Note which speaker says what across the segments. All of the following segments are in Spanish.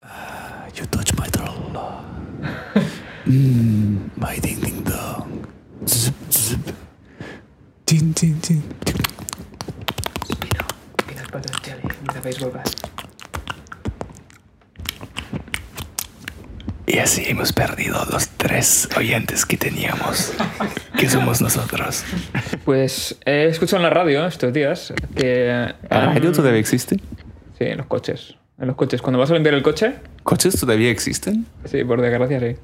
Speaker 1: 嗯，麦叮叮的，滋滋，叮叮叮。
Speaker 2: Pino, pino el pato del chale, no tapáis bocas.
Speaker 1: Y así hemos perdido los tres oyentes que teníamos, que somos nosotros.
Speaker 3: Pues he escuchado en la radio estos días que...
Speaker 1: ¿La
Speaker 3: han-
Speaker 1: radio Ah, todavía existe?
Speaker 3: Sí, en los coches. En los coches. Cuando vas a limpiar el coche,
Speaker 1: ¿Coches todavía existen?
Speaker 3: sí, por desgracia sí.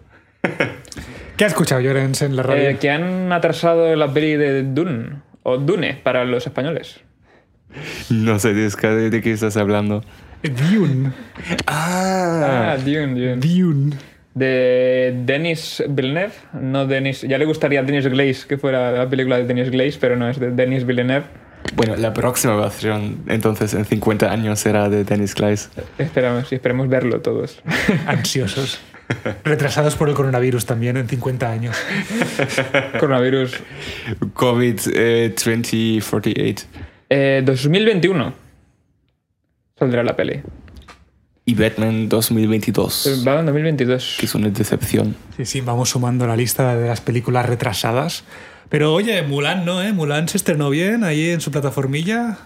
Speaker 4: ¿Qué has escuchado, Llorens, en la radio?
Speaker 3: Eh, que han atrasado la peli de Dune, o Dune para los españoles.
Speaker 1: No sé de qué- de qué estás hablando.
Speaker 4: Eh, Dune.
Speaker 1: Ah,
Speaker 3: Ah, Dune, Dune.
Speaker 4: Dune.
Speaker 3: De Denis Villeneuve, no Denis... Ya le gustaría a Denis Glaze que fuera la película de Denis Glaze, pero no, es de Denis Villeneuve.
Speaker 1: bueno, la próxima versión, entonces en 50 años, será de Dennis Glaze.
Speaker 3: Esperamos, y esperemos verlo todos.
Speaker 4: Ansiosos. Retrasados por el coronavirus también en 50 años.
Speaker 3: Coronavirus.
Speaker 1: eh, COVID-2048.
Speaker 3: Eh, 2021 saldrá la peli.
Speaker 1: y Batman 2022,
Speaker 3: Va en 2022.
Speaker 1: que es una decepción.
Speaker 4: Sí, sí, vamos sumando la lista de las películas retrasadas. Pero oye, Mulan no, ¿eh? Mulan se estrenó bien ahí en su plataformilla.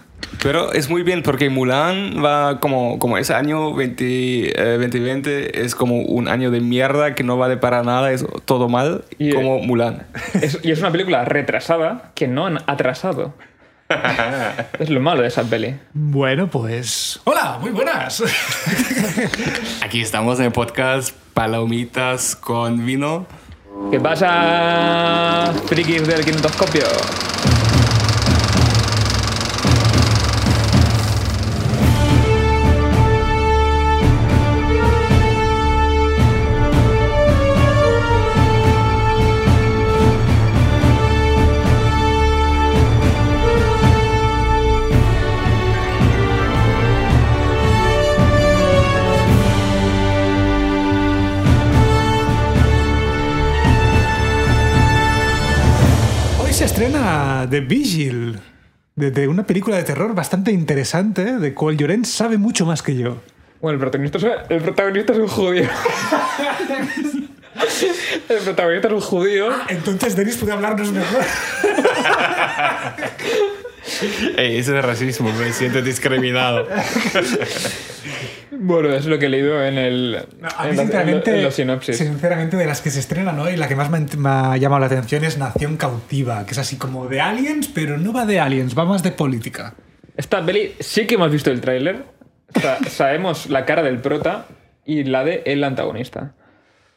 Speaker 1: Pero es muy bien porque Mulan va como, como ese año 20, eh, 2020 es como un año de mierda que no vale para nada, es todo mal,
Speaker 3: Y, eh,
Speaker 1: como Mulan.
Speaker 3: Es- y es una película retrasada que no han atrasado. es lo malo de esa peli.
Speaker 4: Bueno, pues. ¡Hola! ¡Muy buenas!
Speaker 1: Aquí estamos en el podcast Palomitas con vino.
Speaker 3: ¿Qué pasa, frikis del kinetoscopio?
Speaker 4: Hoy se estrena The Vigil, de, de una película de terror bastante interesante, de cual Llorens sabe mucho más que yo.
Speaker 3: Bueno, el protagonista es, el protagonista es un judío. el protagonista es un judío.
Speaker 4: Entonces Denis puede hablarnos mejor.
Speaker 1: Ey, eso Eh, es racismo, me siento discriminado.
Speaker 3: Bueno, es lo que he leído en el.
Speaker 4: A
Speaker 3: en
Speaker 4: mí,
Speaker 3: la-
Speaker 4: sinceramente,
Speaker 3: en los sinopsis.
Speaker 4: sinceramente, de las que se estrenan hoy, la que más me, ha int- me ha llamado la atención es Nación Cautiva, que es así como de aliens, pero no va de aliens, va más de política.
Speaker 3: Esta peli sí que hemos visto el tráiler. Sa- sabemos la cara del prota y la del el antagonista.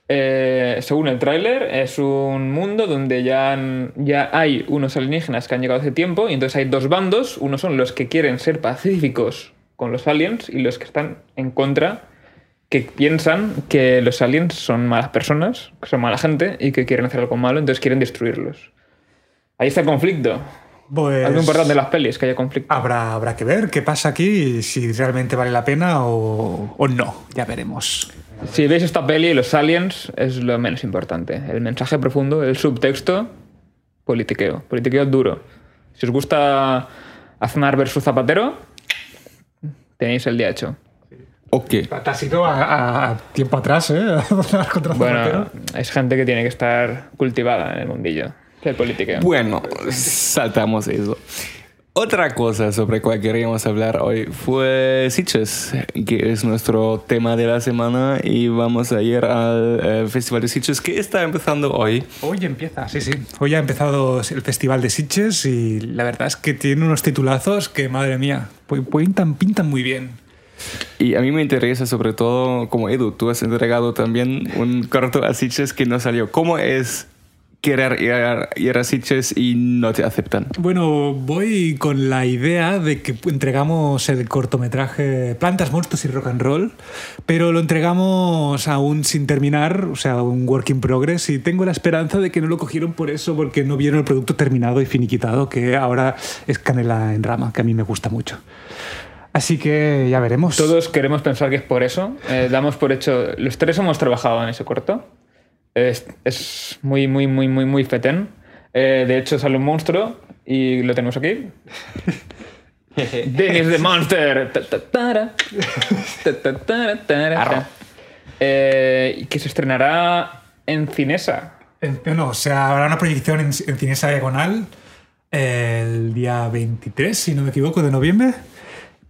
Speaker 3: Eh, según el tráiler, es un mundo donde ya, han- ya hay unos alienígenas que han llegado hace tiempo y entonces hay dos bandos. Uno son los que quieren ser pacíficos con los aliens y los que están en contra, que piensan que los aliens son malas personas, que son mala gente y que quieren hacer algo malo, entonces quieren destruirlos. Ahí está el conflicto.
Speaker 4: Pues,
Speaker 3: Algo importante de las pelis, que haya conflicto.
Speaker 4: Habrá, habrá que ver qué pasa aquí y si realmente vale la pena o, o no. Ya veremos.
Speaker 3: Si veis esta peli, los aliens es lo menos importante. El mensaje profundo, el subtexto, politiqueo. Politiqueo duro. Si os gusta Aznar versus Zapatero, tenéis el día hecho.
Speaker 1: Ok.
Speaker 4: Te has ido a, a- a tiempo atrás, ¿eh? Contra
Speaker 3: Bueno,
Speaker 4: Zapatero.
Speaker 3: es gente que tiene que estar cultivada en el mundillo del politiqueo.
Speaker 1: Bueno, saltamos eso. Otra cosa sobre cual queríamos hablar hoy fue Sitges, que es nuestro tema de la semana y vamos a ir al eh, Festival de Sitges que está empezando hoy.
Speaker 4: Hoy empieza, sí, sí. Hoy ha empezado el Festival de Sitges y la verdad es que tiene unos titulazos que, madre mía, pu- pintan, pintan muy bien.
Speaker 1: Y a mí me interesa sobre todo, como Edu, tú has entregado también un corto a Sitges que no salió. ¿Cómo es querer ir a, ir a Sitges y no te aceptan?
Speaker 4: Bueno, voy con la idea de que entregamos el cortometraje Plantas, Monstruos y Rock and Roll, pero lo entregamos aún sin terminar, o sea, un work in progress, y tengo la esperanza de que no lo cogieron por eso, porque no vieron el producto terminado y finiquitado, que ahora es canela en rama, que a mí me gusta mucho. Así que ya veremos.
Speaker 3: Todos queremos pensar que es por eso. Eh, damos por hecho. Los tres hemos trabajado en ese corto. Es, es muy, muy, muy, muy, muy fetén. Eh, de hecho, sale un monstruo y lo tenemos aquí. Dennis the Monster. Ta, ta, tara. Ta, ta, tara, tara, ta.
Speaker 1: Arro.
Speaker 3: Eh, y que se estrenará en Cinesa.
Speaker 4: En- Eh, No, o sea, habrá una proyección en, en Cinesa Diagonal eh, el día 23, si no me equivoco, de noviembre.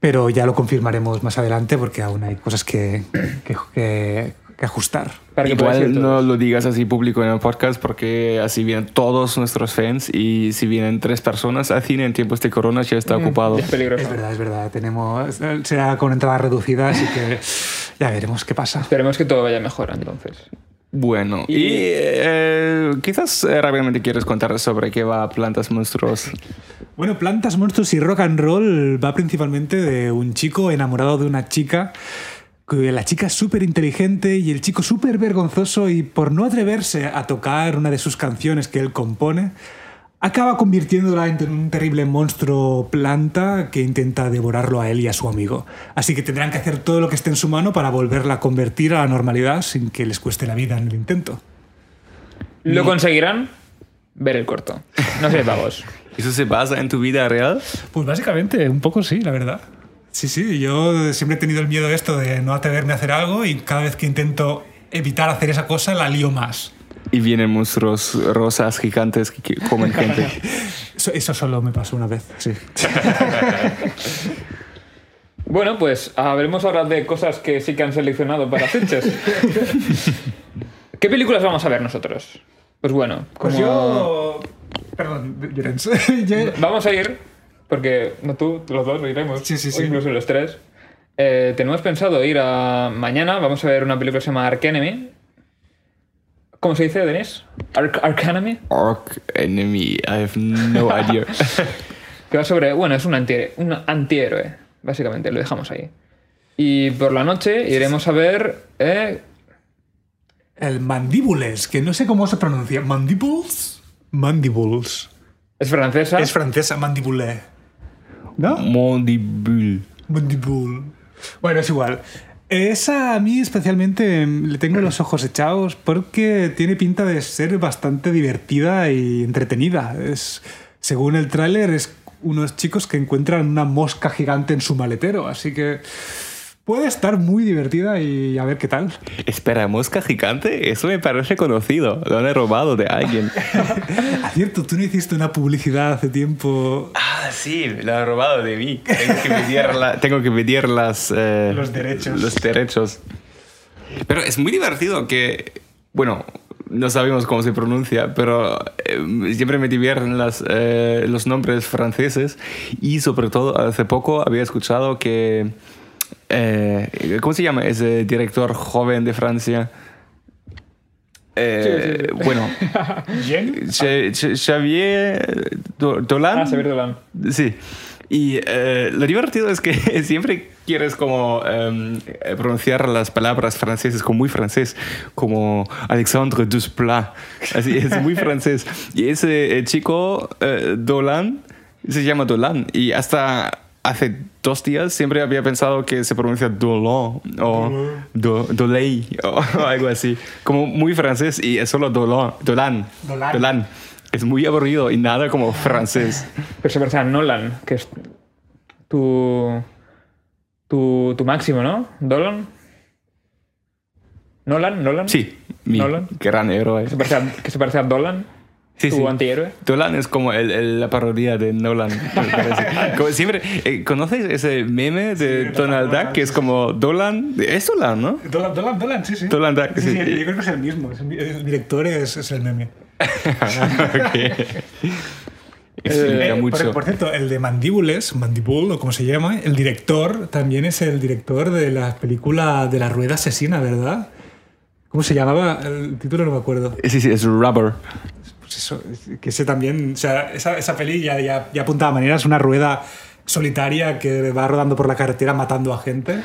Speaker 4: Pero ya lo confirmaremos más adelante porque aún hay cosas que, que- que- que ajustar.
Speaker 3: Para que podáis
Speaker 1: Igual
Speaker 3: ir
Speaker 1: no
Speaker 3: todos.
Speaker 1: lo digas así público en el podcast porque así vienen todos nuestros fans y si vienen tres personas al cine en tiempos de corona ya está ocupado.
Speaker 3: Es peligroso.
Speaker 4: Es verdad, es verdad. Tenemos, será con entrada reducida, así que ya veremos qué pasa.
Speaker 3: Esperemos que todo vaya mejor entonces.
Speaker 1: Bueno, y,
Speaker 3: Y-
Speaker 1: eh, quizás eh, rápidamente quieres contar sobre qué va Plantas Monstruos.
Speaker 4: Bueno, Plantas, Monstruos y Rock and Roll va principalmente de un chico enamorado de una chica. que La chica es súper inteligente y el chico súper vergonzoso y por no atreverse a tocar una de sus canciones que él compone, acaba convirtiéndola en un terrible monstruo planta que intenta devorarlo a él y a su amigo. Así que tendrán que hacer todo lo que esté en su mano para volverla a convertir a la normalidad sin que les cueste la vida en el intento.
Speaker 1: Mm.
Speaker 3: ¿Lo conseguirán? Ver el corto. No sé, pavos.
Speaker 1: ¿Eso se basa en tu vida real?
Speaker 4: Pues básicamente, un poco sí, la verdad. Sí, sí, yo siempre he tenido el miedo esto de no atreverme a hacer algo y cada vez que intento evitar hacer esa cosa la lío más.
Speaker 1: Y vienen monstruos rosas gigantes que que comen gente.
Speaker 4: Eso, eso solo me pasó una vez, sí.
Speaker 3: Bueno, pues hablemos ahora de cosas que sí que han seleccionado para Sitges. ¿Qué películas vamos a ver nosotros? Pues bueno,
Speaker 4: Pues
Speaker 3: como-
Speaker 4: yo... Perdón, Llorens. Yo-
Speaker 3: Vamos a ir, porque no tú, los dos lo iremos.
Speaker 4: Sí, sí,
Speaker 3: o
Speaker 4: sí.
Speaker 3: incluso los tres. Eh, tenemos pensado ir a mañana, vamos a ver una película que se llama Ark Enemy. ¿Cómo se dice, Denis? Ark, Ark Enemy.
Speaker 1: Orc enemy, I have no idea.
Speaker 3: Que va sobre. Bueno, es un antihéroe, un antihéroe, básicamente, lo dejamos ahí. Y por la noche iremos a ver. eh,
Speaker 4: El mandíbules, que no sé cómo se pronuncia. ¿Mandibles? Mandibles.
Speaker 3: es francesa.
Speaker 4: Es francesa, mandibule. ¿No?
Speaker 1: Mandibule.
Speaker 4: Mandibul. Bueno, es igual. Esa a mí especialmente mm, le tengo los ojos echados porque tiene pinta de ser bastante divertida y entretenida. Es, según el tráiler, es unos chicos que encuentran una mosca gigante en su maletero, así que puede estar muy divertida y a ver qué tal.
Speaker 1: Espera, mosca gigante, eso me parece conocido. Lo han robado de alguien.
Speaker 4: Ah, cierto, tú no hiciste una publicidad hace tiempo
Speaker 1: Ah, sí, lo han robado de mí. Tengo que pedir, la- tengo que pedir las, eh,
Speaker 4: Los derechos.
Speaker 1: los derechos. Pero es muy divertido que, bueno, no sabemos cómo se pronuncia, pero eh, siempre me divierten las, eh, los nombres franceses y sobre todo hace poco había escuchado que... eh, ¿Cómo se llama ese director joven de Francia? Eh, Bueno, Xa- Xa- Xavier Do- Dolan.
Speaker 3: Ah, Xavier Dolan.
Speaker 1: Sí. Y eh, lo divertido es que siempre quieres como em, eh, pronunciar las palabras francesas como muy francés, como Alexandre Desplat. Así es muy francés. Y ese eh, chico, eh, Dolan, se llama Dolan. Y hasta hace dos días siempre había pensado que se pronuncia Dolan o Do- Doley o algo así. Como muy francés y es solo Dolan. Dolan.
Speaker 4: Dolan.
Speaker 1: Dolan. Es muy aburrido y nada como francés.
Speaker 3: Pero se parece a Nolan, que es tu. tu, tu máximo, ¿no? ¿Dolan? ¿Nolan? ¿Nolan?
Speaker 1: Sí, mi
Speaker 3: Nolan.
Speaker 1: gran héroe.
Speaker 3: Se parece a- que se parece a Dolan,
Speaker 1: Sí,
Speaker 3: tu
Speaker 1: sí.
Speaker 3: antihéroe.
Speaker 1: Dolan es como el- el- la parodia de Nolan. me parece. Como siempre, eh, ¿conoces ese meme de Donald Duck que es como Dolan? Es Dolan, ¿no?
Speaker 4: Dolan, Dolan, Dolan, sí, sí.
Speaker 1: Dolan Duck,
Speaker 4: Sí,
Speaker 1: sí.
Speaker 4: sí, yo creo que es el mismo. es el mi- El director es, es el meme.
Speaker 1: Ok. Explica
Speaker 3: Eh,
Speaker 4: Eh,
Speaker 1: mucho.
Speaker 4: Por, por cierto, el de Mandíbules, Mandibule o como se llama, el director también es el director de la película de la rueda asesina, ¿verdad? ¿Cómo se llamaba? El título no me acuerdo.
Speaker 1: Sí, sí, es rubber.
Speaker 4: Pues eso, es- que ese también, o sea, esa, esa peli ya, ya, ya apuntaba maneras, una rueda solitaria que va rodando por la carretera matando a gente.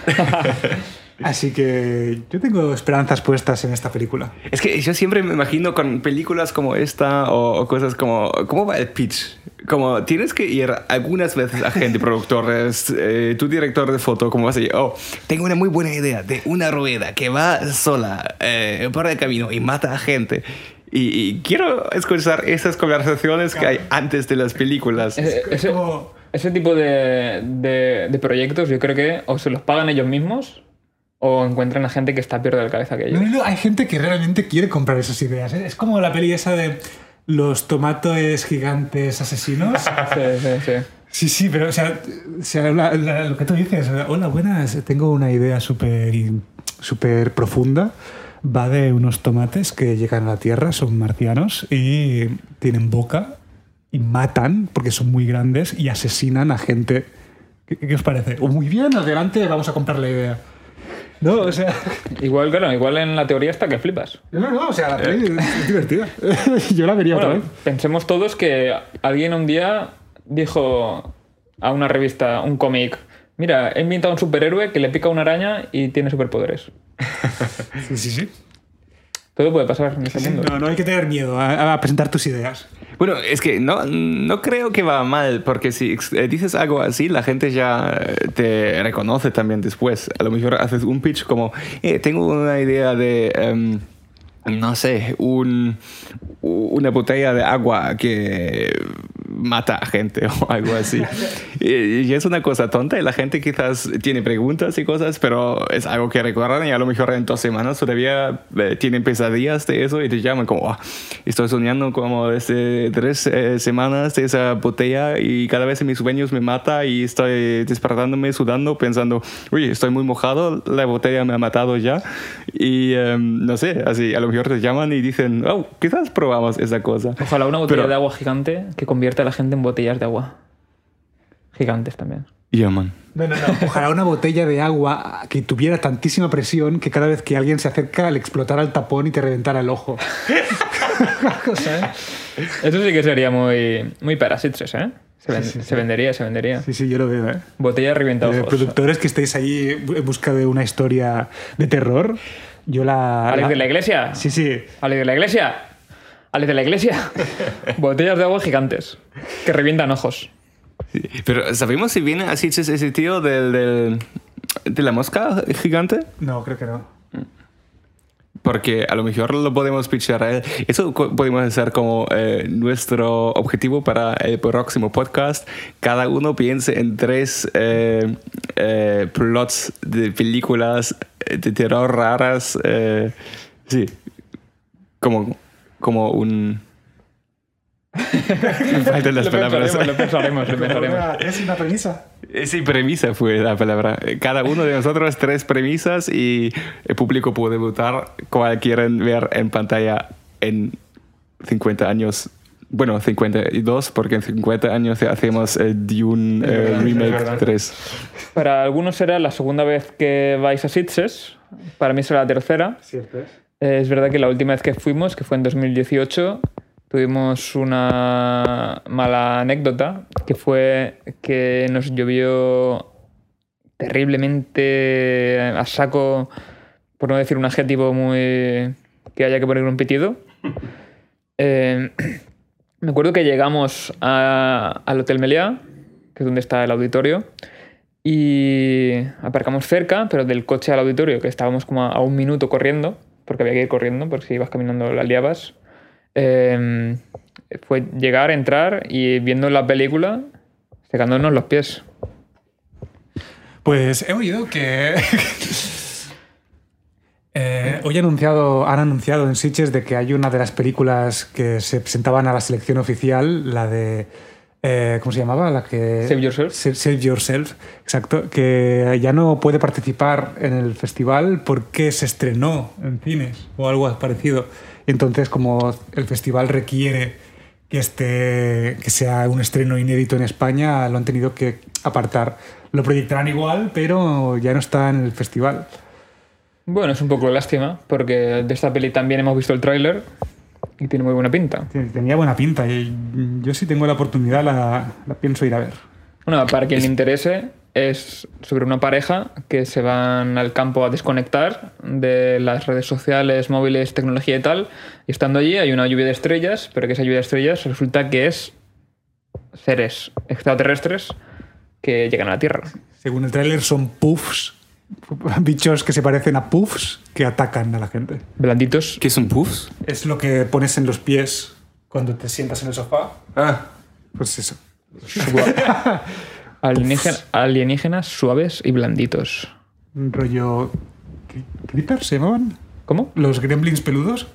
Speaker 4: Así que yo tengo esperanzas puestas en esta película.
Speaker 1: Es que yo siempre me imagino con películas como esta o, o cosas como... ¿Cómo va el pitch? Como tienes que ir algunas veces a gente, productores, eh, tu director de foto, como así, oh, tengo una muy buena idea de una rueda que va sola eh, por el camino y mata a gente. Y, y quiero escuchar esas conversaciones que hay antes de las películas.
Speaker 3: Ese,
Speaker 4: es
Speaker 3: ese-
Speaker 4: como-
Speaker 3: ese tipo de, de- de proyectos yo creo que o se los pagan ellos mismos O encuentran a gente que está peor de la cabeza que
Speaker 4: No,
Speaker 3: ellos.
Speaker 4: no, no, hay gente que realmente quiere comprar esas ideas. ¿eh? Es como la peli esa de los tomates gigantes asesinos.
Speaker 3: Sí, sí, sí.
Speaker 4: Sí, sí, pero o sea, o sea, la- la- lo que tú dices, hola, buenas, tengo una idea súper super profunda. Va de unos tomates que llegan a la Tierra, son marcianos y tienen boca y matan porque son muy grandes y asesinan a gente. ¿Qué, qué os parece? O muy bien, adelante, vamos a comprar la idea. No, o sea,
Speaker 3: Igual, claro, igual en la teoría está que flipas.
Speaker 4: no, no, o sea, la peli es divertida. Yo la vería otra
Speaker 3: Bueno,
Speaker 4: vez.
Speaker 3: pensemos todos que alguien un día dijo a una revista, un cómic, mira, he inventado un superhéroe que le pica una araña y tiene superpoderes.
Speaker 4: Sí, sí, sí.
Speaker 3: Todo puede pasar en este mundo.
Speaker 4: No, no hay que tener miedo a- a presentar tus ideas.
Speaker 1: Bueno, es que no, no creo que va mal, porque si ex- eh, dices algo así, la gente ya eh, te reconoce también después. A lo mejor haces un pitch como, "Eh, tengo una idea de, em, no sé, un, u- una botella de agua que mata a gente o algo así. y, y es una cosa tonta y la gente quizás tiene preguntas y cosas, pero es algo que recuerdan y a lo mejor en dos semanas todavía eh, tienen pesadillas de eso y te llaman como, "Ah, estoy soñando como desde tres eh, semanas de esa botella y cada vez en mis sueños me mata y estoy despertándome sudando pensando, uy, estoy muy mojado, la botella me ha matado ya. Y em, no sé, así a lo mejor te llaman y dicen, oh, quizás probamos esa cosa.
Speaker 3: Ojalá una botella
Speaker 1: Pero-
Speaker 3: de agua gigante que convierta a la gente en botellas de agua. Gigantes también.
Speaker 1: Llaman.
Speaker 4: No, no, no. Ojalá una botella de agua que tuviera tantísima presión que cada vez que alguien se acerca le explotara el tapón y te reventara el ojo. O sea,
Speaker 3: Eso sí que sería muy, muy Parasites, ¿eh? Se, ven- se vendería, se vendería.
Speaker 4: sí, sí, yo lo veo, ¿eh?
Speaker 3: Botella reventada.
Speaker 4: Eh, productores que estéis ahí en busca de una historia de terror, yo la...
Speaker 3: Alex de la iglesia.
Speaker 4: Sí, sí.
Speaker 3: Alex de la iglesia. Alex de la iglesia. Botellas de agua gigantes que revientan ojos.
Speaker 1: Sí, Pero ¿sabemos si viene así ese ese tío del, del- de la mosca gigante?
Speaker 4: No, creo que no.
Speaker 1: Porque a lo mejor lo podemos pitchar a él. Eso co- podemos hacer como eh, nuestro objetivo para el próximo podcast. Cada uno piense en tres eh, eh, plots de películas eh, de terror raras. eh, sí. Como, como un... Me faltan las
Speaker 3: Lo
Speaker 1: palabras.
Speaker 3: pensaremos, lo pensaremos, lo pensaremos.
Speaker 4: Es una premisa.
Speaker 1: Eh, Sí, premisa fue la palabra. Eh, Cada uno de nosotros tres premisas y el público puede votar cuál quieren ver en pantalla en 50 años. Bueno, 52, porque en 50 años ya hacemos el Dune eh,
Speaker 3: verdad, es
Speaker 1: Remake
Speaker 3: verdad.
Speaker 1: 3.
Speaker 3: Para algunos será la segunda vez que vais a Sitges. Para mí será la tercera.
Speaker 4: Cierto.
Speaker 3: Eh, Es verdad que la última vez que fuimos, que fue en 2018, tuvimos una mala anécdota, que fue que nos llovió terriblemente a saco, por no decir un adjetivo muy que haya que poner un pitido. Eh, me acuerdo que llegamos a- al Hotel Meliá, que es donde está el auditorio, y aparcamos cerca, pero del coche al auditorio, que estábamos como a, a un minuto corriendo, porque había que ir corriendo, porque si ibas caminando la liabas. Eh, fue llegar, entrar y viendo la película, secándonos los pies.
Speaker 4: Pues he oído que. Eh, hoy han anunciado, han anunciado en Sitges de que hay una de las películas que se presentaban a la selección oficial, la de. eh, ¿Cómo se llamaba? La que.
Speaker 3: Save Yourself.
Speaker 4: Sa- Save Yourself, exacto. Que ya no puede participar en el festival porque se estrenó en cines o algo parecido. Entonces, como el festival requiere que este que sea un estreno inédito en España lo han tenido que apartar. Lo proyectarán igual, pero ya no está en el festival.
Speaker 3: Bueno, es un poco lástima, porque de esta peli también hemos visto el tráiler y tiene muy buena pinta.
Speaker 4: Tenía buena pinta y yo si tengo la oportunidad la, la pienso ir a ver.
Speaker 3: Bueno, para quien le interese, es sobre una pareja que se van al campo a desconectar de las redes sociales, móviles, tecnología y tal. Y estando allí hay una lluvia de estrellas, pero que esa lluvia de estrellas resulta que es seres extraterrestres que llegan a la Tierra.
Speaker 4: Según el tráiler son puffs, bichos que se parecen a puffs que atacan a la gente.
Speaker 3: Blanditos.
Speaker 1: ¿Qué son puffs?
Speaker 4: Es lo que pones en los pies cuando te sientas en el sofá.
Speaker 1: Ah,
Speaker 4: Pues eso.
Speaker 3: sua- alienígena- alienígenas suaves y blanditos.
Speaker 4: Un rollo ¿Creepers se llamaban?
Speaker 3: ¿Cómo?
Speaker 4: ¿Los gremlins peludos?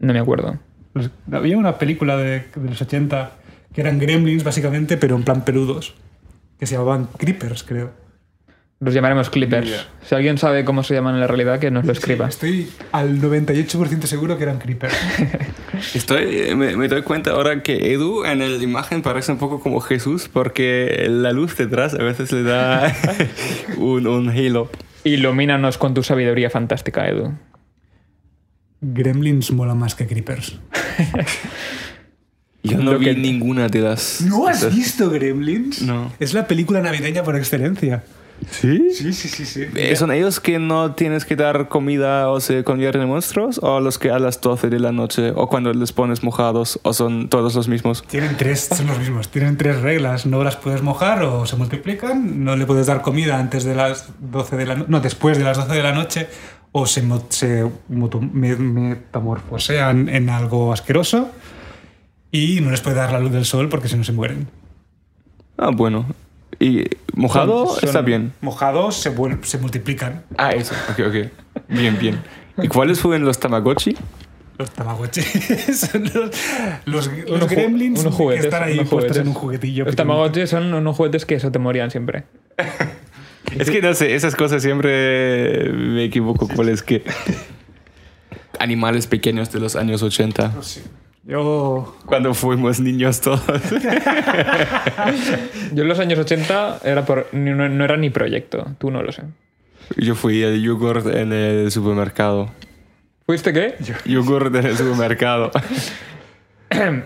Speaker 3: No me acuerdo.
Speaker 4: Los- había una película de, de los 80 que eran gremlins, básicamente, pero en plan peludos. Que se llamaban Creepers, creo.
Speaker 3: Los llamaremos clippers.
Speaker 4: Ni idea.
Speaker 3: Si alguien sabe cómo se llaman en la realidad, que nos lo escriba.
Speaker 4: Estoy al 98% seguro que eran Creepers.
Speaker 1: Estoy, me, me doy cuenta ahora que Edu en la imagen parece un poco como Jesús porque la luz detrás a veces le da un, un halo.
Speaker 3: Ilumínanos con tu sabiduría fantástica, Edu.
Speaker 4: gremlins mola más que Creepers.
Speaker 1: Yo no
Speaker 3: Lo
Speaker 1: vi
Speaker 3: que-
Speaker 1: ninguna de las...
Speaker 4: ¿No has
Speaker 1: esas-
Speaker 4: visto Gremlins?
Speaker 1: No.
Speaker 4: Es la película navideña por excelencia.
Speaker 1: ¿Sí?
Speaker 4: Sí, sí, sí, sí.
Speaker 1: Eh, ¿Son ellos que no tienes que dar comida o se convierten en monstruos? ¿O los que a las 12 de la noche o cuando les pones mojados o son todos los mismos?
Speaker 4: Tienen tres, son los mismos, tienen tres reglas. No las puedes mojar o se multiplican, no le puedes dar comida antes de las 12 de la noche, no, después de las 12 de la noche, o se, mo- se moto- me- metamorfosean en algo asqueroso y no les puedes dar la luz del sol porque si no se mueren.
Speaker 1: Ah, bueno. ¿Y mojado?
Speaker 3: Son- son-
Speaker 1: Está bien.
Speaker 4: Mojados se, vuel- se multiplican
Speaker 1: Ah, eso. Ok, ok. Bien, bien. ¿Y cuáles fueron los Tamagotchi?
Speaker 4: los tamagotchi. Son los, los- los
Speaker 3: Unos ju-
Speaker 4: gremlins
Speaker 3: unos
Speaker 4: que
Speaker 3: juguetes,
Speaker 4: están ahí
Speaker 3: unos
Speaker 4: puestos
Speaker 3: juguetes.
Speaker 4: en un juguetillo.
Speaker 3: Los
Speaker 4: pequeñito.
Speaker 3: Tamagotchi son unos juguetes que se te morían siempre.
Speaker 1: Es que no sé, esas cosas siempre me equivoco cuál es que. Animales pequeños de los años 80.
Speaker 4: Yo
Speaker 1: Cuando fuimos niños todos.
Speaker 3: Yo en los años 80 era por, ni- no, no era ni proyecto, tú no lo sé.
Speaker 1: Yo fui al yogurt en el supermercado.
Speaker 3: ¿Fuiste qué?
Speaker 1: Yogurt en el supermercado.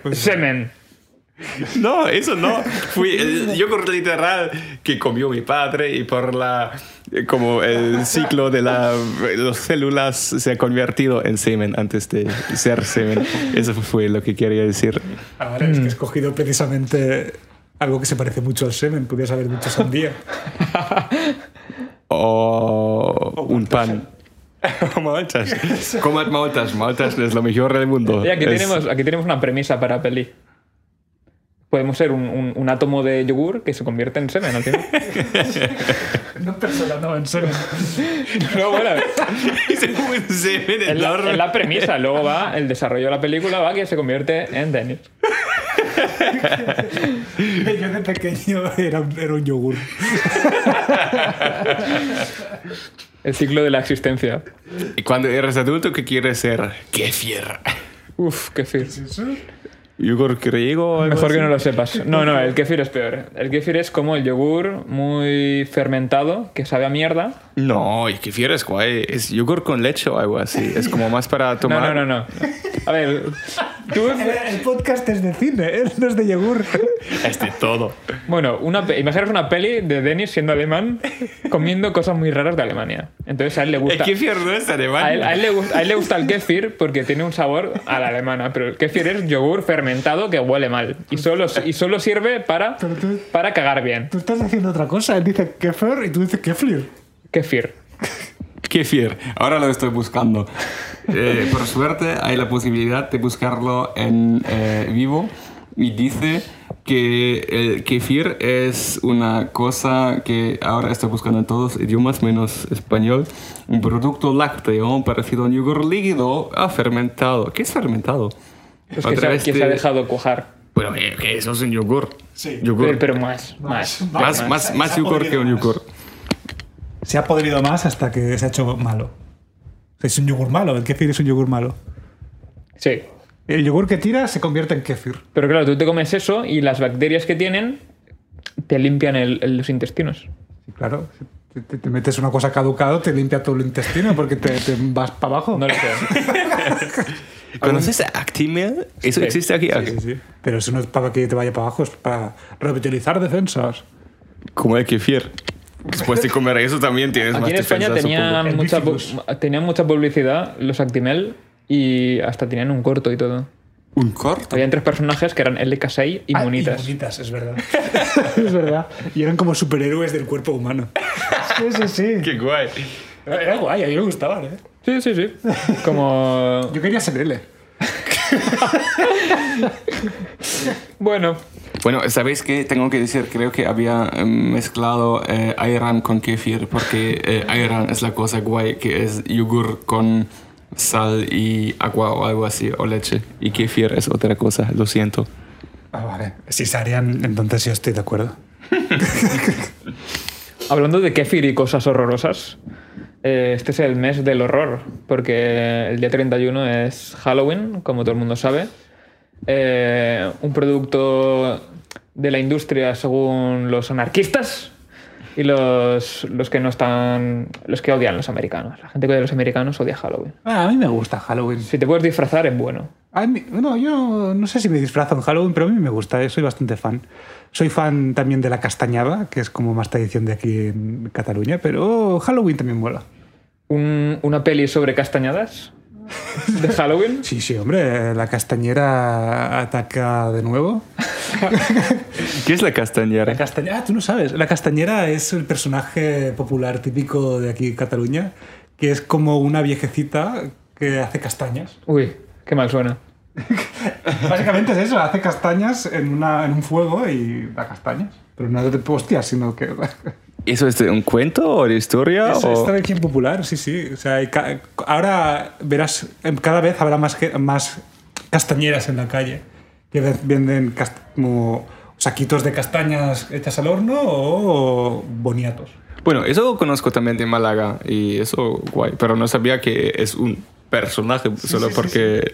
Speaker 4: pues,
Speaker 3: Semen.
Speaker 1: No, eso no. Fui el yogurt literal que comió mi padre y por la. eh, Como el ciclo de la, las células se ha convertido en semen antes de ser semen. Eso fue lo que quería decir.
Speaker 4: Ahora ah,
Speaker 3: Mm.
Speaker 4: es que he escogido precisamente algo que se parece mucho al semen. Podrías haber dicho sandía.
Speaker 1: o un pan. maltas. Comad maltas. Maltas es lo mejor del mundo.
Speaker 3: Y aquí,
Speaker 1: Es-
Speaker 3: tenemos, aquí tenemos una premisa para peli. Podemos ser un, un- un átomo de yogur que se convierte en semen al final.
Speaker 4: No persona, no, en semen.
Speaker 3: No, bueno,
Speaker 1: es un semen
Speaker 3: es la,
Speaker 1: enorme.
Speaker 3: es la premisa. Luego va el desarrollo de la película, va que se convierte en Dennis.
Speaker 4: Yo de pequeño era un, era un yogur.
Speaker 3: El ciclo de la existencia.
Speaker 1: Y cuando eres adulto, ¿qué quieres ser? Kefir.
Speaker 3: Uf, kefir.
Speaker 1: Yogur griego. o algo
Speaker 3: Mejor que no
Speaker 1: así.
Speaker 3: lo sepas. No, no, el kefir es peor. El kefir es como el yogur muy fermentado que sabe a mierda.
Speaker 1: No, y kefir es guay. Es yogur con leche o algo así. Es como más para
Speaker 3: No,
Speaker 1: tomar.
Speaker 3: no, no, no. A ver, tú.
Speaker 4: El podcast es de cine, ¿eh? no es de yogur.
Speaker 1: Es de Este, todo.
Speaker 3: Bueno, una pe- imaginaros una peli de Dennis siendo alemán comiendo cosas muy raras de Alemania. Entonces a él le
Speaker 1: El
Speaker 3: gusta.
Speaker 1: kefir Eh, no es alemán.
Speaker 3: A él, a él le gusta, a él le gusta el kefir porque tiene un sabor a la alemana, pero el kefir es yogur fermentado que huele mal y solo, y solo sirve para,
Speaker 4: Pero tú-
Speaker 3: para cagar bien.
Speaker 4: Tú estás haciendo otra cosa. Él dice kefir y tú dices kefir.
Speaker 3: Kefir.
Speaker 1: Kefir. Ahora lo estoy buscando. Eh, por suerte hay la posibilidad de buscarlo en eh, vivo y dice que el kefir es una cosa que ahora estoy buscando en todos idiomas menos español. Un producto lácteo parecido a un yogur líquido ah, fermentado. ¿Qué es fermentado?
Speaker 3: Pues que,
Speaker 1: Otra
Speaker 3: se, ha-
Speaker 1: vez
Speaker 3: que se
Speaker 1: te-
Speaker 3: ha dejado cuajar.
Speaker 1: Bueno, eh, que eso es un yogur.
Speaker 4: Sí.
Speaker 1: Yogur.
Speaker 3: Pero, pero más, más.
Speaker 1: más, más, más,
Speaker 4: Se ha
Speaker 1: yogur que un
Speaker 4: podrido más.
Speaker 1: yogur.
Speaker 4: Se ha podrido más hasta que se ha hecho malo. Es un yogur malo. El kefir es un yogur malo.
Speaker 3: Sí.
Speaker 4: El yogur que tira se convierte en kefir.
Speaker 3: Pero claro, tú te comes eso y las bacterias que tienen te limpian el- el- los intestinos.
Speaker 4: Sí, claro. Si te- Te, te metes una cosa caducado, te limpia todo el intestino porque te, te vas para abajo.
Speaker 3: No lo sé.
Speaker 1: ¿Conoces a Actimel? ¿Eso
Speaker 3: Sí.
Speaker 1: existe aquí? Ah,
Speaker 4: Sí, sí. Pero eso no es para que te vaya para abajo, es para revitalizar defensas.
Speaker 1: Como el kefir. Después de comer eso también tienes
Speaker 3: Aquí en España
Speaker 1: supongo.
Speaker 3: tenían mucha, pu-
Speaker 4: Herbívoros.
Speaker 3: tenían mucha publicidad los Actimel y hasta tenían un corto y todo.
Speaker 1: ¿Un corto?
Speaker 3: Habían tres personajes que eran LK6 y
Speaker 4: Ah,
Speaker 3: Monitas.
Speaker 4: Y bonitas, es verdad. es verdad. Y eran como superhéroes del cuerpo humano. Sí, sí, sí.
Speaker 1: ¡Qué guay!
Speaker 4: Era guay, a mí me gustaban, ¿eh?
Speaker 3: Sí, sí, sí. Como...
Speaker 4: Yo quería ser L.
Speaker 3: Bueno,
Speaker 1: Bueno, ¿sabéis qué? Tengo que decir, creo que había eh, mezclado eh, ayran con kefir, porque eh, ayran es la cosa guay, que es yogur con sal y agua o algo así, o leche. Y kefir es otra cosa, lo siento.
Speaker 4: Ah, vale. Si Sarian, entonces yo estoy de acuerdo.
Speaker 3: Hablando de kéfir y cosas horrorosas, eh, este es el mes del horror, porque el día 31 es Halloween, como todo el mundo sabe. Eh, un producto de la industria según los anarquistas y los, los que no están. los que odian a los americanos. La gente que odia a los americanos odia Halloween.
Speaker 4: Ah, a mí me gusta Halloween.
Speaker 3: Si te puedes disfrazar, es bueno.
Speaker 4: A mí- no, yo no sé si me disfrazo en Halloween, pero a mí me gusta, eh, soy bastante fan. Soy fan también de la castañada, que es como más tradición de aquí en Cataluña, pero Halloween también mola.
Speaker 3: Un- una peli sobre castañadas de Halloween.
Speaker 4: Sí, sí, hombre, la castañera ataca de nuevo.
Speaker 1: ¿Qué es la castañera?
Speaker 4: La castañera, ah, tú no sabes. La castañera es el personaje popular típico de aquí en Cataluña, que es como una viejecita que hace castañas.
Speaker 3: Uy, qué mal suena.
Speaker 4: Básicamente es eso, hace castañas en, una, en un fuego y da castañas. Pero no de hostias, sino que...
Speaker 1: ¿Eso es de un cuento o de historia?
Speaker 4: Es,
Speaker 1: o-
Speaker 4: es tradición popular, sí, sí. O sea, hay ca- ahora verás, em, cada vez habrá más, ge- más castañeras en la calle que ve- venden cas- como saquitos de castañas hechas al horno o boniatos.
Speaker 1: Bueno, eso conozco también de Málaga y eso guay, pero no sabía que es un personaje solo
Speaker 4: sí, sí,
Speaker 1: porque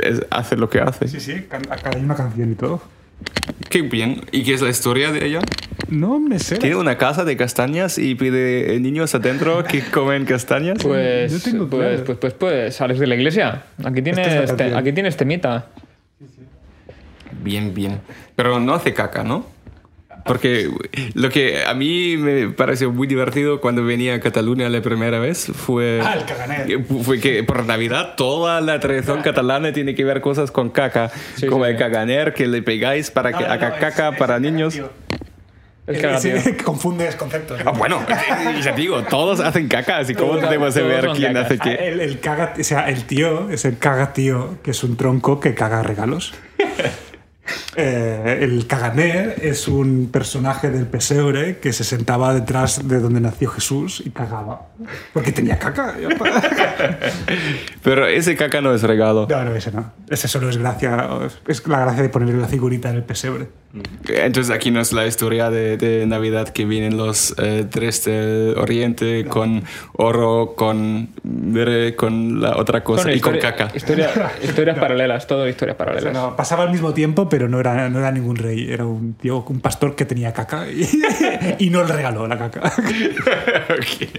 Speaker 1: es- hace lo que hace.
Speaker 4: Sí, sí, can- acá hay una canción y todo.
Speaker 1: Qué bien. ¿Y qué es la historia de ella?
Speaker 4: No me sé.
Speaker 1: Tiene una casa de castañas y pide eh, niños adentro que comen castañas.
Speaker 3: Pues,
Speaker 4: Yo tengo
Speaker 3: pues,
Speaker 4: claro.
Speaker 3: pues, pues, pues, sales de la iglesia. Aquí tienes,
Speaker 4: Esta es la
Speaker 3: te-
Speaker 4: canción.
Speaker 3: aquí este tienes temita.
Speaker 1: Bien, bien. Pero no hace caca, ¿no? Porque lo que a mí me pareció muy divertido cuando venía a Cataluña la primera vez fue...
Speaker 4: Ah, el caganer.
Speaker 1: que- Fue que por Navidad toda la tradición catalana tiene que ver cosas con caca.
Speaker 3: Sí,
Speaker 1: como
Speaker 3: sí,
Speaker 1: el
Speaker 3: sí.
Speaker 1: caganer que le pegáis
Speaker 4: Ah,
Speaker 1: para que haga caca para niños.
Speaker 3: Es
Speaker 4: Eh,
Speaker 3: que, tío,
Speaker 4: confundes conceptos.
Speaker 1: Ah, bueno, ya digo, todos hacen caca, así como
Speaker 3: Todos-
Speaker 1: debemos
Speaker 3: todos
Speaker 1: saber
Speaker 3: son eh.
Speaker 1: quién
Speaker 3: cacas.
Speaker 1: hace
Speaker 4: Ah,
Speaker 1: qué.
Speaker 4: El, el caga, o sea, el tío es el caga tío, que es un tronco que caga regalos. Eh, el caganer es un personaje del pesebre que se sentaba detrás de donde nació Jesús y cagaba. Porque tenía caca.
Speaker 1: Pero ese caca no es regalo.
Speaker 4: No, no, ese no. Ese solo es gracia. Es la gracia de ponerle la figurita en el pesebre.
Speaker 1: Entonces aquí no es la historia de, de Navidad que vienen los eh, tres del Oriente con oro, con bere, con la otra cosa
Speaker 3: son
Speaker 1: y con
Speaker 3: histori-
Speaker 1: caca.
Speaker 3: historia- historias paralelas, todo historias
Speaker 4: O sea,
Speaker 3: paralelas.
Speaker 4: no, pasaba al mismo tiempo, pero no era, no era ningún rey. Era un tío, un pastor que tenía caca y, y no le regaló la caca.
Speaker 1: Ok. Muy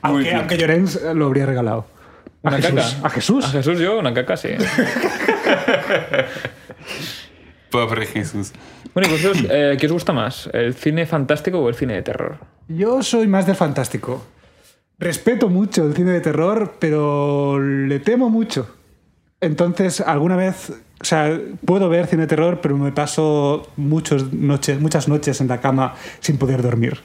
Speaker 4: Aunque,
Speaker 1: bien.
Speaker 4: aunque Llorens lo habría regalado.
Speaker 3: ¿Una
Speaker 4: ¿A Jesús?
Speaker 3: caca?
Speaker 4: ¿A Jesús?
Speaker 3: A Jesús yo, una caca, sí.
Speaker 1: Pobre Jesús.
Speaker 3: Bueno, y vosotros, eh, ¿qué os gusta más? ¿El cine fantástico o el cine de terror?
Speaker 4: Yo soy más del fantástico. Respeto mucho el cine de terror, pero le temo mucho. Entonces, alguna vez, o sea, puedo ver cine de terror, pero me paso muchas noches, muchas noches en la cama sin poder dormir.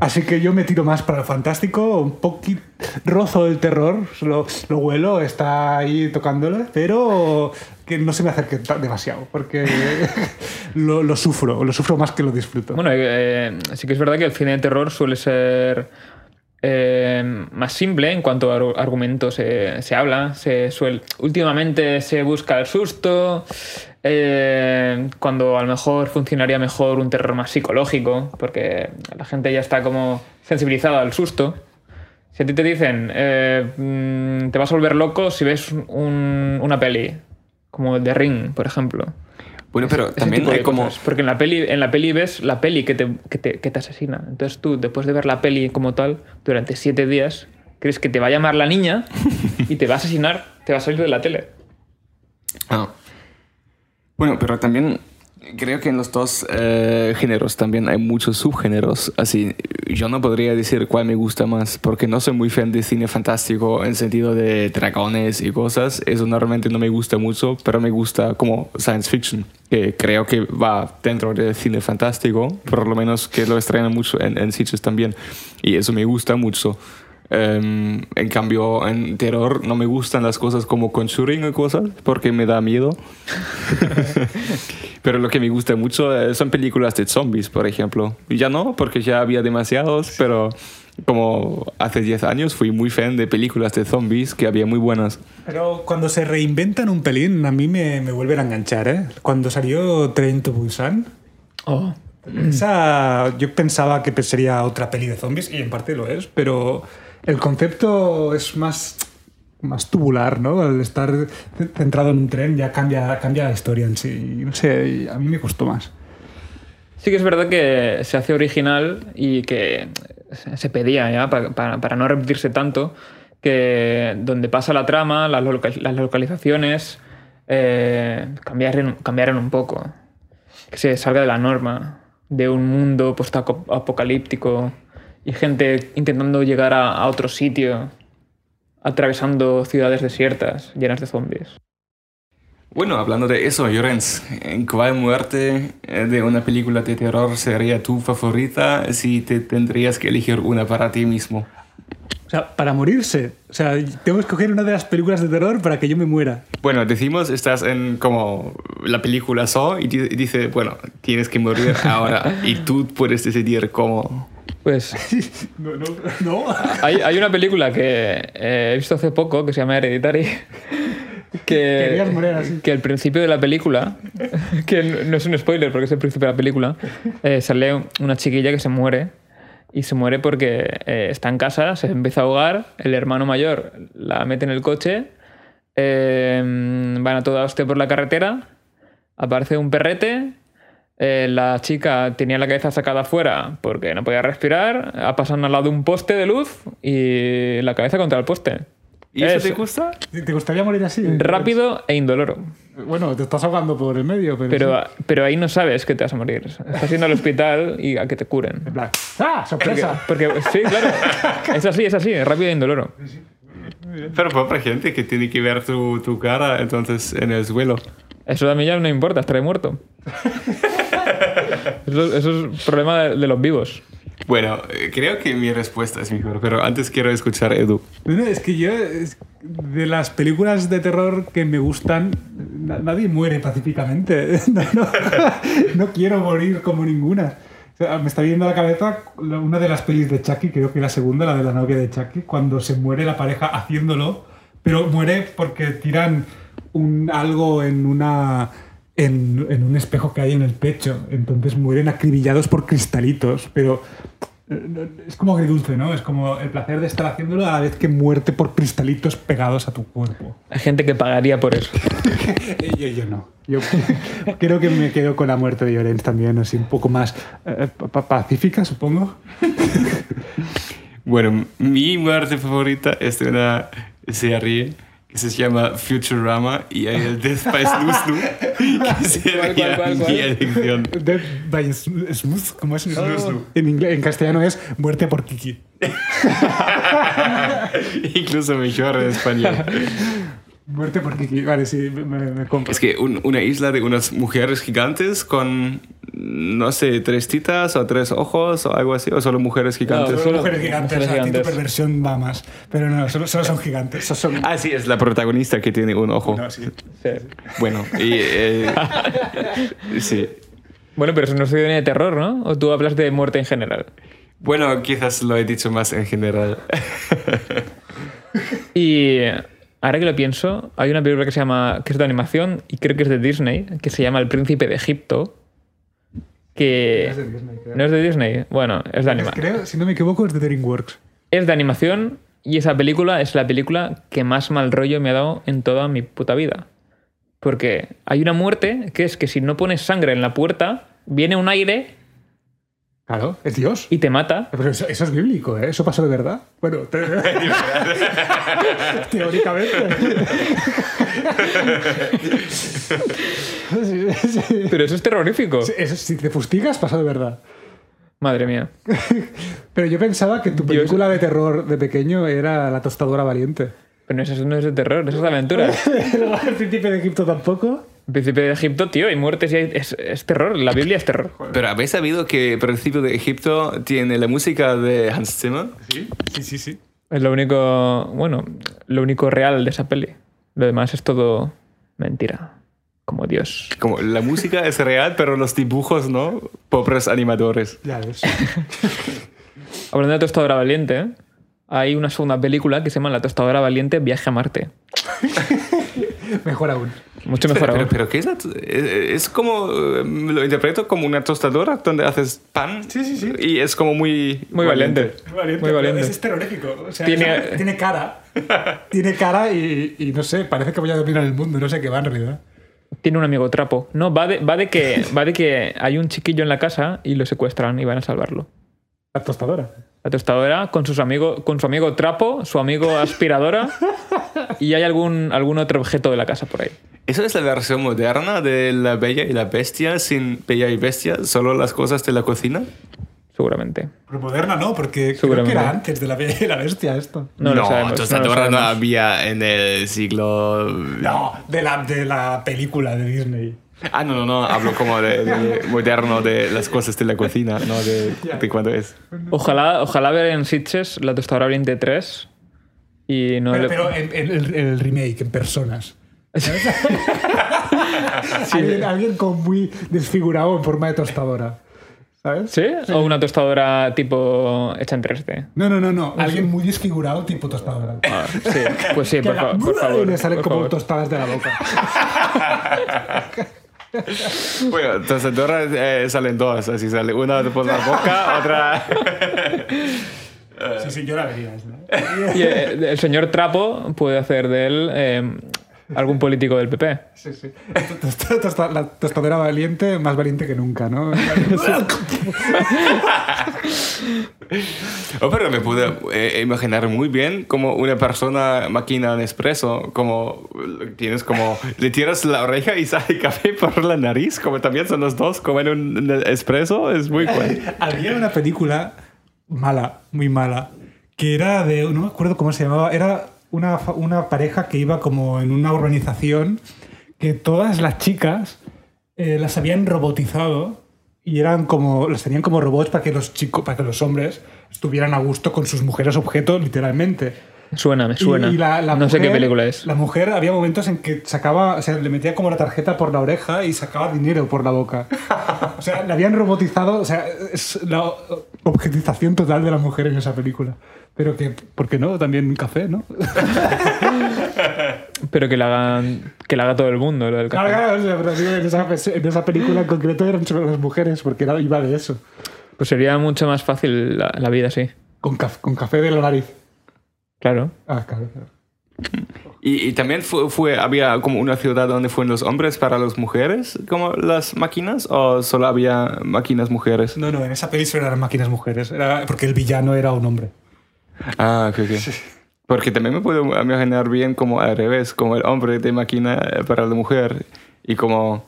Speaker 4: Así que yo me tiro más para el fantástico, un poquito rozo el terror, lo, lo huelo, está ahí tocándolo, pero que no se me acerque ta- demasiado, porque lo, lo sufro, lo sufro más que lo disfruto.
Speaker 3: Bueno, eh, sí que es verdad que el cine de terror suele ser eh, más simple en cuanto a ar- argumentos se, se habla. Se suel- últimamente se busca el susto, eh, cuando a lo mejor funcionaría mejor un terror más psicológico, porque la gente ya está como sensibilizada al susto. Si a ti te dicen, eh, mm, te vas a volver loco si ves un- una peli, como The Ring, por ejemplo.
Speaker 1: Bueno, pero
Speaker 3: Ese
Speaker 1: también
Speaker 3: tipo de
Speaker 1: hay como...
Speaker 3: cosas. Porque en la peli, en la peli ves la peli que te, que, te, que te asesina. Entonces tú, después de ver la peli como tal, durante siete días, crees que te va a llamar la niña y te va a asesinar, te va a salir de la tele.
Speaker 1: Ah. Bueno, pero también creo que en los dos eh, géneros también hay muchos subgéneros. Así, yo no podría decir cuál me gusta más, porque no soy muy fan de cine fantástico en sentido de dragones y cosas. Eso normalmente no me gusta mucho, pero me gusta como science fiction, que creo que va dentro del cine fantástico, por lo menos que lo estrenan mucho en, en sitios también. Y eso me gusta mucho. Em, en cambio, en terror no me gustan las cosas como Conjuring y cosas porque me da miedo. Pero lo que me gusta mucho eh, son películas de zombies, por ejemplo. Y Ya no, porque ya había demasiados, pero como hace 10 años fui muy fan de películas de zombies que había muy buenas.
Speaker 4: Pero cuando se reinventan un pelín, a mí me, me vuelven a enganchar, ¿eh? Cuando salió Train to Busan,
Speaker 3: Oh.
Speaker 4: Mm. esa, yo pensaba que sería otra peli de zombies, y en parte lo es, pero el concepto es más, más tubular, ¿no? Al estar centrado en un tren ya cambia, cambia la historia en sí. Y No sé, y a mí me costó más.
Speaker 3: Sí que es verdad que se hace original y que se se pedía ya pa- pa- para, no repetirse tanto que donde pasa la trama, las, loca- las localizaciones eh, cambiaran, cambiaran un poco. Que se salga de la norma, de un mundo post-apocalíptico y gente intentando llegar a, a otro sitio, atravesando ciudades desiertas llenas de zombies.
Speaker 1: Bueno, hablando de eso, Llorens, ¿en ¿cuál muerte eh, de una película de terror sería tu favorita si te tendrías que elegir una para ti mismo?
Speaker 4: O sea, para morirse. O sea, tengo que escoger una de las películas de terror para que yo me muera.
Speaker 1: Bueno, decimos, estás en como la película Saw y di- dice, bueno, tienes que morir ahora y tú puedes decidir cómo.
Speaker 3: Pues
Speaker 4: No, no, no.
Speaker 3: Hay, hay una película que eh, he visto hace poco que se llama Hereditary.
Speaker 4: Querías morir
Speaker 3: Que,
Speaker 4: así.
Speaker 3: que al principio de la película, que no no es un spoiler porque es el principio de la película, eh, sale una chiquilla que se muere. Y se muere porque eh, está en casa, se empieza a ahogar, el hermano mayor la mete en el coche, eh, van a toda hostia por la carretera, aparece un perrete, eh, la chica tenía la cabeza sacada afuera porque no podía respirar, pasan al lado de un poste de luz y la cabeza contra el poste.
Speaker 1: ¿Y eso
Speaker 3: Es
Speaker 1: te gusta?
Speaker 4: ¿Te gustaría morir así?
Speaker 3: Rápido e indoloro.
Speaker 4: Bueno, te estás ahogando por el medio, pero.
Speaker 3: Pero,
Speaker 4: sí.
Speaker 3: pero ahí no sabes que te vas a morir. Estás yendo al hospital y a que te curen.
Speaker 4: En plan, ¡Ah!
Speaker 3: Porque,
Speaker 4: ¡Sorpresa!
Speaker 3: porque- sí, claro. Es así, es así, rápido e indoloro.
Speaker 1: Pero pobre gente que tiene que ver tu, tu cara entonces en el suelo.
Speaker 3: Eso a mí ya no importa, estaré muerto. Eso, eso es problema de, de los vivos.
Speaker 1: Bueno, eh, creo que mi respuesta es mejor, pero antes quiero escuchar a Edu.
Speaker 4: No, no, es que yo. es- de las películas de terror que me gustan, na- nadie muere pacíficamente. No, no. No quiero morir como ninguna. O sea, me está viendo a la cabeza la- una de las pelis de Chucky, creo que la segunda, la de la novia de Chucky, cuando se muere la pareja haciéndolo, pero muere porque tiran un, algo en una. En, en un espejo que hay en el pecho. Entonces mueren acribillados por cristalitos, pero Es como agridulce, ¿no? Es como el placer de estar haciéndolo a la vez que muerte por cristalitos pegados a tu cuerpo.
Speaker 3: Hay gente que pagaría por eso.
Speaker 4: Eh, Yo, yo no. Yo creo que me quedo con la muerte de Llorens también, así un poco más eh, pa- pacífica, supongo.
Speaker 1: Bueno, mi muerte favorita es de una serie que se llama Futurama y hay el Death by Snoo Snoo, que sería
Speaker 3: cuál, cuál?
Speaker 1: mi elección.
Speaker 4: Death by Sn- Smooth, ¿cómo es?
Speaker 1: Snoo.
Speaker 4: En, ingle- en castellano es muerte por Kiki.
Speaker 1: Incluso mejor en español.
Speaker 4: Muerte por Kiki, vale, sí, me, me compro.
Speaker 1: Es que un- una isla de unas mujeres gigantes con, no sé, tres titas o tres ojos o algo así, o solo mujeres gigantes.
Speaker 3: solo-
Speaker 4: mujeres gigantes,
Speaker 3: mujeres
Speaker 4: a ti tu
Speaker 3: gigantes.
Speaker 4: perversión va más. Pero no, solo, solo son gigantes. Solo son...
Speaker 1: Ah, sí, es la protagonista que tiene un ojo.
Speaker 4: No, sí.
Speaker 3: Sí.
Speaker 1: Bueno, y... eh, sí.
Speaker 3: Bueno, pero eso no es cine de terror, ¿no? O tú hablas de muerte en general.
Speaker 1: Bueno, quizás lo he dicho más en general.
Speaker 3: Y ahora que lo pienso, hay una película que se llama, que es de animación y creo que es de Disney, que se llama El Príncipe de Egipto, que
Speaker 4: Es de Disney, creo.
Speaker 3: no es de Disney, bueno, es de anima.
Speaker 4: Creo, si no me equivoco, es de DreamWorks.
Speaker 3: Es de animación y esa película es la película que más mal rollo me ha dado en toda mi puta vida. Porque hay una muerte que es que si no pones sangre en la puerta, viene un aire
Speaker 4: Claro, es Dios.
Speaker 3: y te mata.
Speaker 4: Pero eso, eso es bíblico, ¿eh? Eso pasó de verdad. Bueno, te- teóricamente. Sí, sí, sí.
Speaker 3: Pero eso es terrorífico.
Speaker 4: Eso, si te fustigas, pasó de verdad.
Speaker 3: Madre mía.
Speaker 4: Pero yo pensaba que tu película de terror de pequeño era La tostadora valiente.
Speaker 3: Pero eso no es de terror, eso es de aventura.
Speaker 4: El príncipe de Egipto tampoco.
Speaker 3: El Príncipe de Egipto, tío, hay muertes y hay- es, es terror. La Biblia es terror.
Speaker 1: Pero ¿habéis sabido que Principio de Egipto tiene la música de Hans Zimmer?
Speaker 4: Sí, sí, sí.
Speaker 3: Es lo único, bueno, lo único real de esa peli. Lo demás es todo mentira. Como Dios.
Speaker 1: Como la música es real, pero los dibujos, ¿no? Pobres animadores.
Speaker 4: Ya ves.
Speaker 3: Hablando de Tostadora Valiente, ¿eh? hay una segunda película que se llama La Tostadora Valiente Viaje a Marte.
Speaker 4: Mejor aún.
Speaker 3: Mucho mejor
Speaker 1: Pero, pero,
Speaker 3: aún.
Speaker 1: pero ¿qué es la to- eh, Es como. eh, Lo interpreto como una tostadora donde haces pan.
Speaker 4: Sí, sí, sí.
Speaker 1: Y es como muy.
Speaker 3: Muy valiente. Muy valiente.
Speaker 4: Es, es terrorífico. O sea,
Speaker 3: Tiene-
Speaker 4: es- tiene cara. tiene cara y, y no sé, parece que voy a dominar el mundo. No sé qué va en realidad.
Speaker 3: Tiene un amigo trapo. No, va de, va de que va de que hay un chiquillo en la casa y lo secuestran y van a salvarlo.
Speaker 4: La tostadora.
Speaker 3: La tostadora con sus amigos, con su amigo trapo, su amigo aspiradora y hay algún, algún otro objeto de la casa por ahí.
Speaker 1: Eso es la versión moderna de La Bella y la Bestia, sin Bella y Bestia, solo las cosas de la cocina.
Speaker 3: Seguramente.
Speaker 4: Pero moderna no, porque creo que
Speaker 3: Seguramente.
Speaker 4: era antes de la Bella y la bestia esto.
Speaker 3: No, lo sabemos. no lo
Speaker 1: tostadora no,
Speaker 3: sabemos.
Speaker 1: había en el siglo.
Speaker 4: No, de la, de la película de Disney.
Speaker 1: Ah, no, no, no, hablo como de, de moderno de las cosas de la cocina, no de, de cuándo es.
Speaker 3: Ojalá, ojalá ver en Sitches la tostadora Valiente 3 y no
Speaker 4: Pero,
Speaker 3: le-
Speaker 4: pero en, en el, el remake, en personas. ¿Sabes? alguien, alguien con muy desfigurado en forma de tostadora. ¿Sabes?
Speaker 3: ¿Sí? ¿O una tostadora tipo hecha en 3D?
Speaker 4: No, no, no, no. Alguien muy desfigurado tipo tostadora.
Speaker 3: Ah, sí, pues sí,
Speaker 4: Que
Speaker 3: por,
Speaker 4: la-
Speaker 3: fa- por favor.
Speaker 4: Y le salen
Speaker 3: por
Speaker 4: como
Speaker 3: favor.
Speaker 4: tostadas de la boca.
Speaker 1: Bueno, tostadora eh, salen dos, así sale una por la boca, otra.
Speaker 4: Sí, sí, yo la vería. esa.
Speaker 3: Y eh, el señor Trapo puede hacer de él eh, algún político del PP.
Speaker 4: Sí, sí. Tosta- tosta- La tostadora valiente, más valiente que nunca, ¿no?
Speaker 1: Oh, pero me pude eh, imaginar muy bien como una persona máquina en espresso, como eh, tienes como, le tiras la oreja y sale café por la nariz, como también son los dos, como en un en el espresso, es muy guay.
Speaker 4: Había una película mala, muy mala, que era de, no me acuerdo cómo se llamaba, era una, fa- una pareja que iba como en una urbanización que todas las chicas eh, las habían robotizado y eran como las tenían como robots para que los chicos para que los hombres estuvieran a gusto con sus mujeres objeto literalmente
Speaker 3: Suena, me
Speaker 4: Y-
Speaker 3: suena.
Speaker 4: y la- la
Speaker 3: no sé qué
Speaker 4: mujer-
Speaker 3: película es.
Speaker 4: la mujer había momentos en que sacaba o sea le metía como la tarjeta por la oreja y sacaba dinero por la boca o sea la habían robotizado o sea es la objetización total de la mujer en esa película pero que por qué no también un café no
Speaker 3: Pero que la, hagan, que la haga todo el mundo, lo del
Speaker 4: Claro,
Speaker 3: café.
Speaker 4: claro, o sea, pero digo, en, esa, en esa película en concreto eran sobre las mujeres, porque era, iba de eso.
Speaker 3: Pues sería mucho más fácil la, la vida así.
Speaker 4: Con, caf- con café de la nariz.
Speaker 3: Claro.
Speaker 4: Ah, claro, claro.
Speaker 1: Y, y también fue, fue- había como una ciudad donde fueron los hombres para las mujeres, como las máquinas, o solo había máquinas mujeres.
Speaker 4: No, no, en esa peli solo eran máquinas mujeres, era porque el villano era un hombre.
Speaker 1: Ah, ok, ok. Porque también me puedo imaginar bien como al revés, como el hombre de máquina eh, para la mujer. Y como,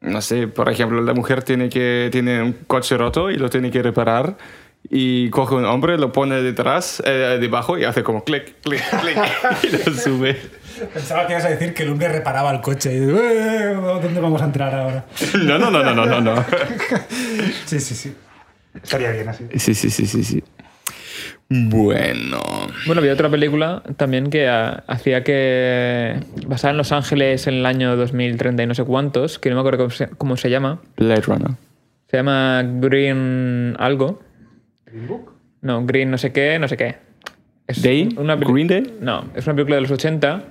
Speaker 1: no sé, por ejemplo, la mujer tiene, que, tiene un coche roto y lo tiene que reparar. Y coge un hombre, lo pone detrás, eh, debajo y hace como clic, clic, clic. y lo sube.
Speaker 4: Pensaba que ibas a decir que el hombre reparaba el coche. Y, "Eh, ¿Dónde vamos a entrar ahora?
Speaker 1: No, no, no, no, no, no. no.
Speaker 4: Sí, sí, sí. Estaría bien así.
Speaker 1: Sí, sí, sí, sí, sí. Bueno.
Speaker 3: Bueno, había otra película también que ah, hacía que. basada en Los Ángeles en el año 2030 y no sé cuántos, que no me acuerdo cómo se, cómo se llama.
Speaker 1: Blade Runner.
Speaker 3: Se llama Green Algo. No, Green no sé qué, no sé qué. Es
Speaker 1: Day?
Speaker 3: peli-
Speaker 1: Green Day?
Speaker 3: No, es una película de los 80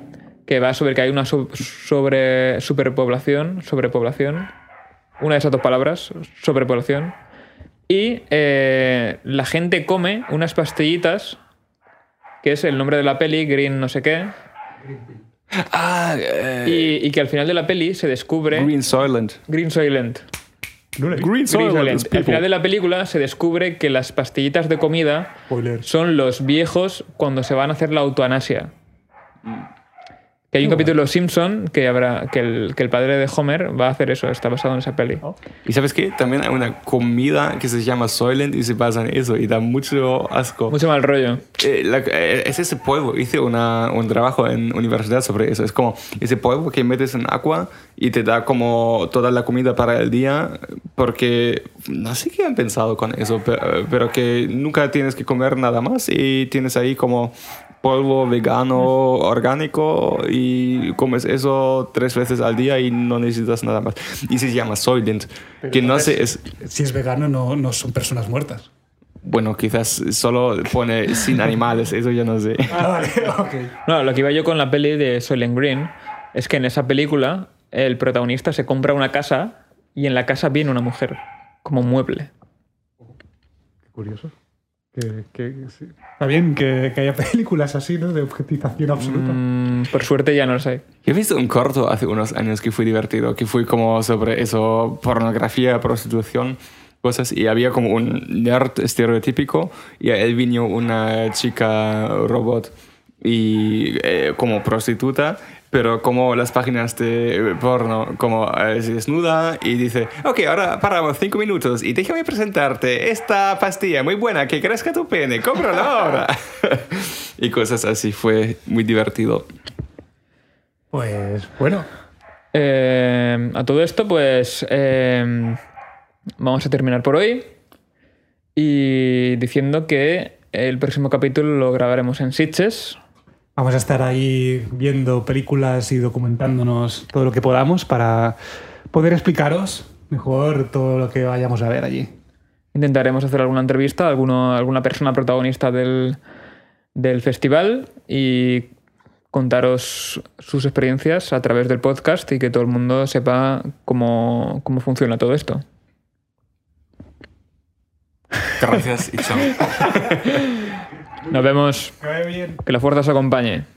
Speaker 3: que va sobre que hay una sub- sobre superpoblación, sobrepoblación, una de esas dos palabras, sobrepoblación, y eh, la gente come unas pastillitas, que es el nombre de la peli, Green no sé qué,
Speaker 1: Ah, eh,
Speaker 3: y, y que al final de la peli se descubre
Speaker 1: Green Soylent.
Speaker 3: Green Soylent.
Speaker 1: Green
Speaker 3: Green
Speaker 1: Soylent. is
Speaker 3: Soylent. Al final
Speaker 1: people.
Speaker 3: de la película se descubre que las pastillitas de comida
Speaker 4: Spoilers.
Speaker 1: Mm.
Speaker 3: son los viejos cuando se van a hacer la autoanasia. Que hay un capítulo de Los Simpson que habrá que el, que el padre de Homer va a hacer eso, está basado en esa peli.
Speaker 1: ¿Y sabes qué? También hay una comida que se llama Soylent y se basa en eso y da mucho asco.
Speaker 3: Mucho mal rollo.
Speaker 1: Eh, la- eh, es ese polvo. Hice una- un trabajo en universidad sobre eso. Es como ese polvo que metes en agua y te da como toda la comida para el día porque no sé qué han pensado con eso, pe- eh, pero, que nunca tienes que comer nada más y tienes ahí como polvo vegano orgánico y comes eso tres veces al día y no necesitas nada más. Y se llama Soylent, que no sé, es...
Speaker 4: Si es vegano, no, no son personas muertas.
Speaker 1: Bueno, quizás solo pone sin animales, eso ya no sé.
Speaker 4: Ah, vale, ok.
Speaker 3: No, lo que iba yo con la peli de Soylent Green es que en esa película el protagonista se compra una casa y en la casa viene una mujer como mueble.
Speaker 4: Curioso. Que, que- sí. Está bien que, que haya películas así, ¿no? De objetización absoluta.
Speaker 3: Mm, por suerte ya no lo sé.
Speaker 1: Yo he visto un corto hace unos años que fue divertido, que fue como sobre eso, pornografía, prostitución, cosas, y había como un nerd estereotípico y a él vino una chica robot y eh, como prostituta, pero como las páginas de porno, como eh, se desnuda y dice, ok, ahora paramos cinco minutos y déjame presentarte esta pastilla muy buena que crezca tu pene, cómprala ahora. y cosas así, fue muy divertido.
Speaker 4: Pues bueno.
Speaker 3: Eh, a todo esto, pues eh, vamos a terminar por hoy y diciendo que el próximo capítulo lo grabaremos en Sitges.
Speaker 4: Vamos a estar ahí viendo películas y documentándonos todo lo que podamos para poder explicaros mejor todo lo que vayamos a ver allí.
Speaker 3: Intentaremos hacer alguna entrevista a alguno- alguna persona protagonista del, del festival y contaros sus experiencias a través del podcast y que todo el mundo sepa cómo, cómo funciona todo esto.
Speaker 1: Gracias y chao.
Speaker 3: Nos vemos.
Speaker 4: Que vaya bien.
Speaker 3: Que la fuerza os acompañe.